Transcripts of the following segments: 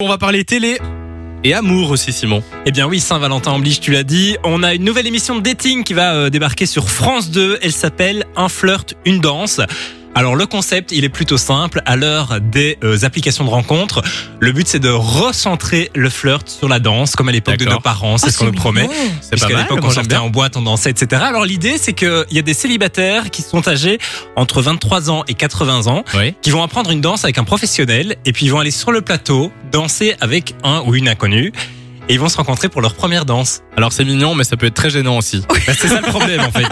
On va parler télé et amour aussi, Simon. Eh bien oui, Saint-Valentin oblige, tu l'as dit. On a une nouvelle émission de dating qui va euh, débarquer sur France 2. Elle s'appelle Un flirt, une danse. Alors le concept, il est plutôt simple. À l'heure des euh, applications de rencontre, le but c'est de recentrer le flirt sur la danse, comme à l'époque de D'accord. nos parents, c'est Ah, ce qu'on nous mignon. promet. C'est Parce pas qu'à mal, l'époque, moi, on j'aime sortait bien. en boîte, on dansait, etc. Alors l'idée, c'est qu'il y a des célibataires qui sont âgés entre 23 ans et 80 ans, Oui. qui vont apprendre une danse avec un professionnel, et puis ils vont aller sur le plateau danser avec un ou une inconnue, et ils vont se rencontrer pour leur première danse. Alors c'est mignon, mais ça peut être très gênant aussi. Bah, c'est ça le problème en fait,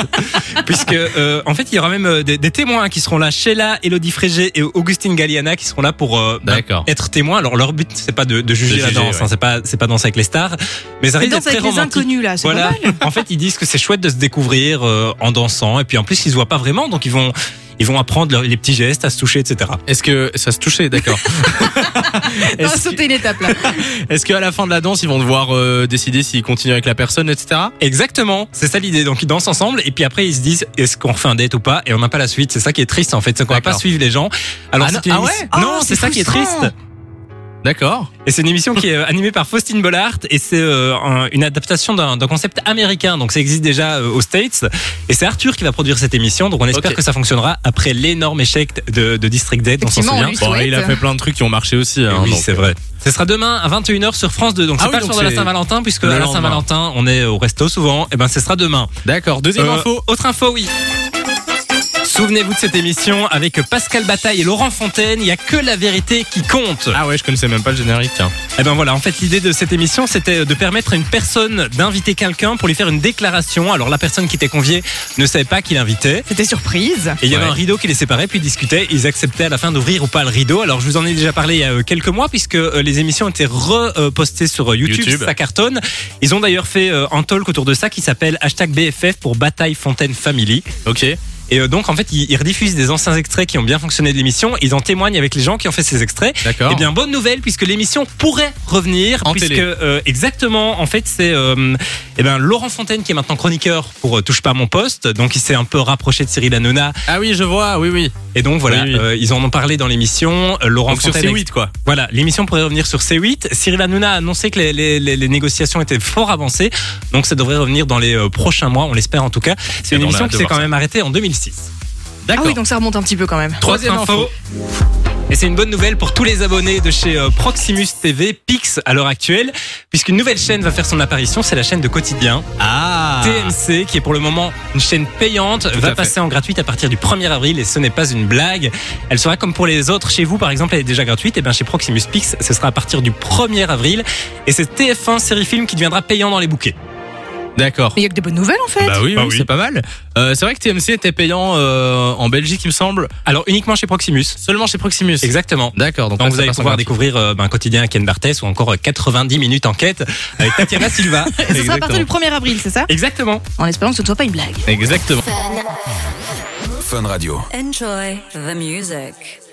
puisque euh, en fait il y aura même euh, des, des témoins qui seront là, Sheila, Elodie Frégé et Augustine Galliana qui seront là pour euh, bah, D'accord. être témoins. Alors leur but c'est pas de, de juger De la juger, danse, hein, ouais. c'est pas c'est pas danser avec les stars, mais ça Mais risque d'être danse très avec les romantique. inconnus là, c'est Voilà. pas mal. En fait, ils disent que c'est chouette de se découvrir euh, en dansant. Et puis en plus, ils se voient pas vraiment, donc ils vont ils vont apprendre leurs- les petits gestes, à se toucher, etc. Est-ce que ça se touchait D'accord. On va Est-ce que- sauter Ah, une étape là. est-ce qu'à la fin de la danse, ils vont devoir euh, décider s'ils continuent avec la personne, etc. Exactement, c'est ça l'idée. Donc ils dansent ensemble et puis après ils se disent est-ce qu'on refait un date ou pas Et on n'a pas la suite. C'est ça qui est triste en fait, c'est qu'on va pas D'accord. suivre les gens. Alors Ah c'est non- une ah émi- ouais non, Oh, c'est c'est ça qui est frustrant. triste. D'accord. Et c'est une émission qui est euh, animée par Faustine Bollard et c'est euh, un- une adaptation d'un d'un concept américain. Donc ça existe déjà euh, aux States et c'est Arthur qui va produire cette émission. Donc on espère Ok. que ça fonctionnera après l'énorme échec de, de District Date. On s'en Effectivement, on souvient. lui Bon, Chouette. il a fait plein de trucs qui ont marché aussi. hein, oui, donc, c'est vrai. euh, Ce sera demain à 21h sur France 2. Donc Ah c'est oui, pas le donc soir de la c'est hein. Saint-Valentin puisque le à la lendemain. Saint-Valentin on est au resto souvent. Et ben ce sera demain. D'accord. Deuxième Euh, info. Autre info, oui. Souvenez-vous de cette émission avec Pascal Bataille et Laurent Fontaine. Il n'y a que la vérité qui compte. Ah ouais, je connaissais même pas le générique. tiens. Eh ben voilà, en fait l'idée de cette émission c'était de permettre à une personne d'inviter quelqu'un pour lui faire une déclaration. Alors la personne qui était conviée ne savait pas qui l'invitait. C'était surprise. Et il y avait Ouais. un rideau qui les séparait, puis ils discutaient. Ils acceptaient à la fin d'ouvrir ou pas le rideau. Alors, je vous en ai déjà parlé il y a euh, quelques mois, puisque euh, les émissions étaient repostées sur euh, YouTube, YouTube. Ça cartonne. Ils ont d'ailleurs fait euh, un talk autour de ça qui s'appelle hashtag BFF pour Bataille Fontaine Family. Ok. Et euh, donc, en fait, ils, ils rediffusent des anciens extraits qui ont bien fonctionné de l'émission. Ils en témoignent avec les gens qui ont fait ces extraits. D'accord. Eh bien, bonne nouvelle puisque l'émission pourrait revenir. En puisque télé. euh, exactement, en fait, c'est euh, eh ben Laurent Fontaine qui est maintenant chroniqueur pour euh, Touche pas à mon poste. Donc, il s'est un peu rapproché de Cyril Hanouna. Ah oui, je vois. Oui, oui. Et donc voilà, Oui, oui. euh, ils en ont parlé dans l'émission. Euh, Laurent Donc sur Fontaine, C8 quoi. Voilà, l'émission pourrait revenir sur C8. Cyril Hanouna a annoncé que les, les- les- les négociations étaient fort avancées, donc ça devrait revenir dans les euh, prochains mois, on l'espère en tout cas. C'est Ah, une on a émission hâte qui de s'est voir quand ça. même arrêtée en 2006. Ah D'accord. oui, donc ça remonte un petit peu quand même. Troisième Autre info. Et c'est une bonne nouvelle pour tous les abonnés de chez euh, Proximus TV, Pix à l'heure actuelle, puisqu'une nouvelle chaîne va faire son apparition, c'est la chaîne de quotidien. Ah. TMC, qui est pour le moment une chaîne payante, à va fait. passer en gratuite à partir du 1er avril et ce n'est pas une blague. Elle sera comme pour les autres chez vous, par exemple, elle est déjà gratuite. Et bien chez Proximus Pix, ce sera à partir du 1er avril. Et c'est TF1 série film qui deviendra payant dans les bouquets. D'accord. Mais il y a que des bonnes nouvelles en fait. Bah oui, Bah oui, oui. c'est pas mal. Euh, c'est vrai que TMC était payant euh, en Belgique, il me semble, Alors uniquement chez Proximus. seulement chez Proximus. Exactement. D'accord. Donc, Donc là, vous ça allez passe en pouvoir gratuit. découvrir euh, ben, un quotidien à Ken Barthès ou encore euh, 90 minutes enquête avec Tatiana Silva. Et ce sera à partir du 1er avril, c'est ça Exactement. En espérant que ce ne soit pas une blague. Exactement. Enjoy the music.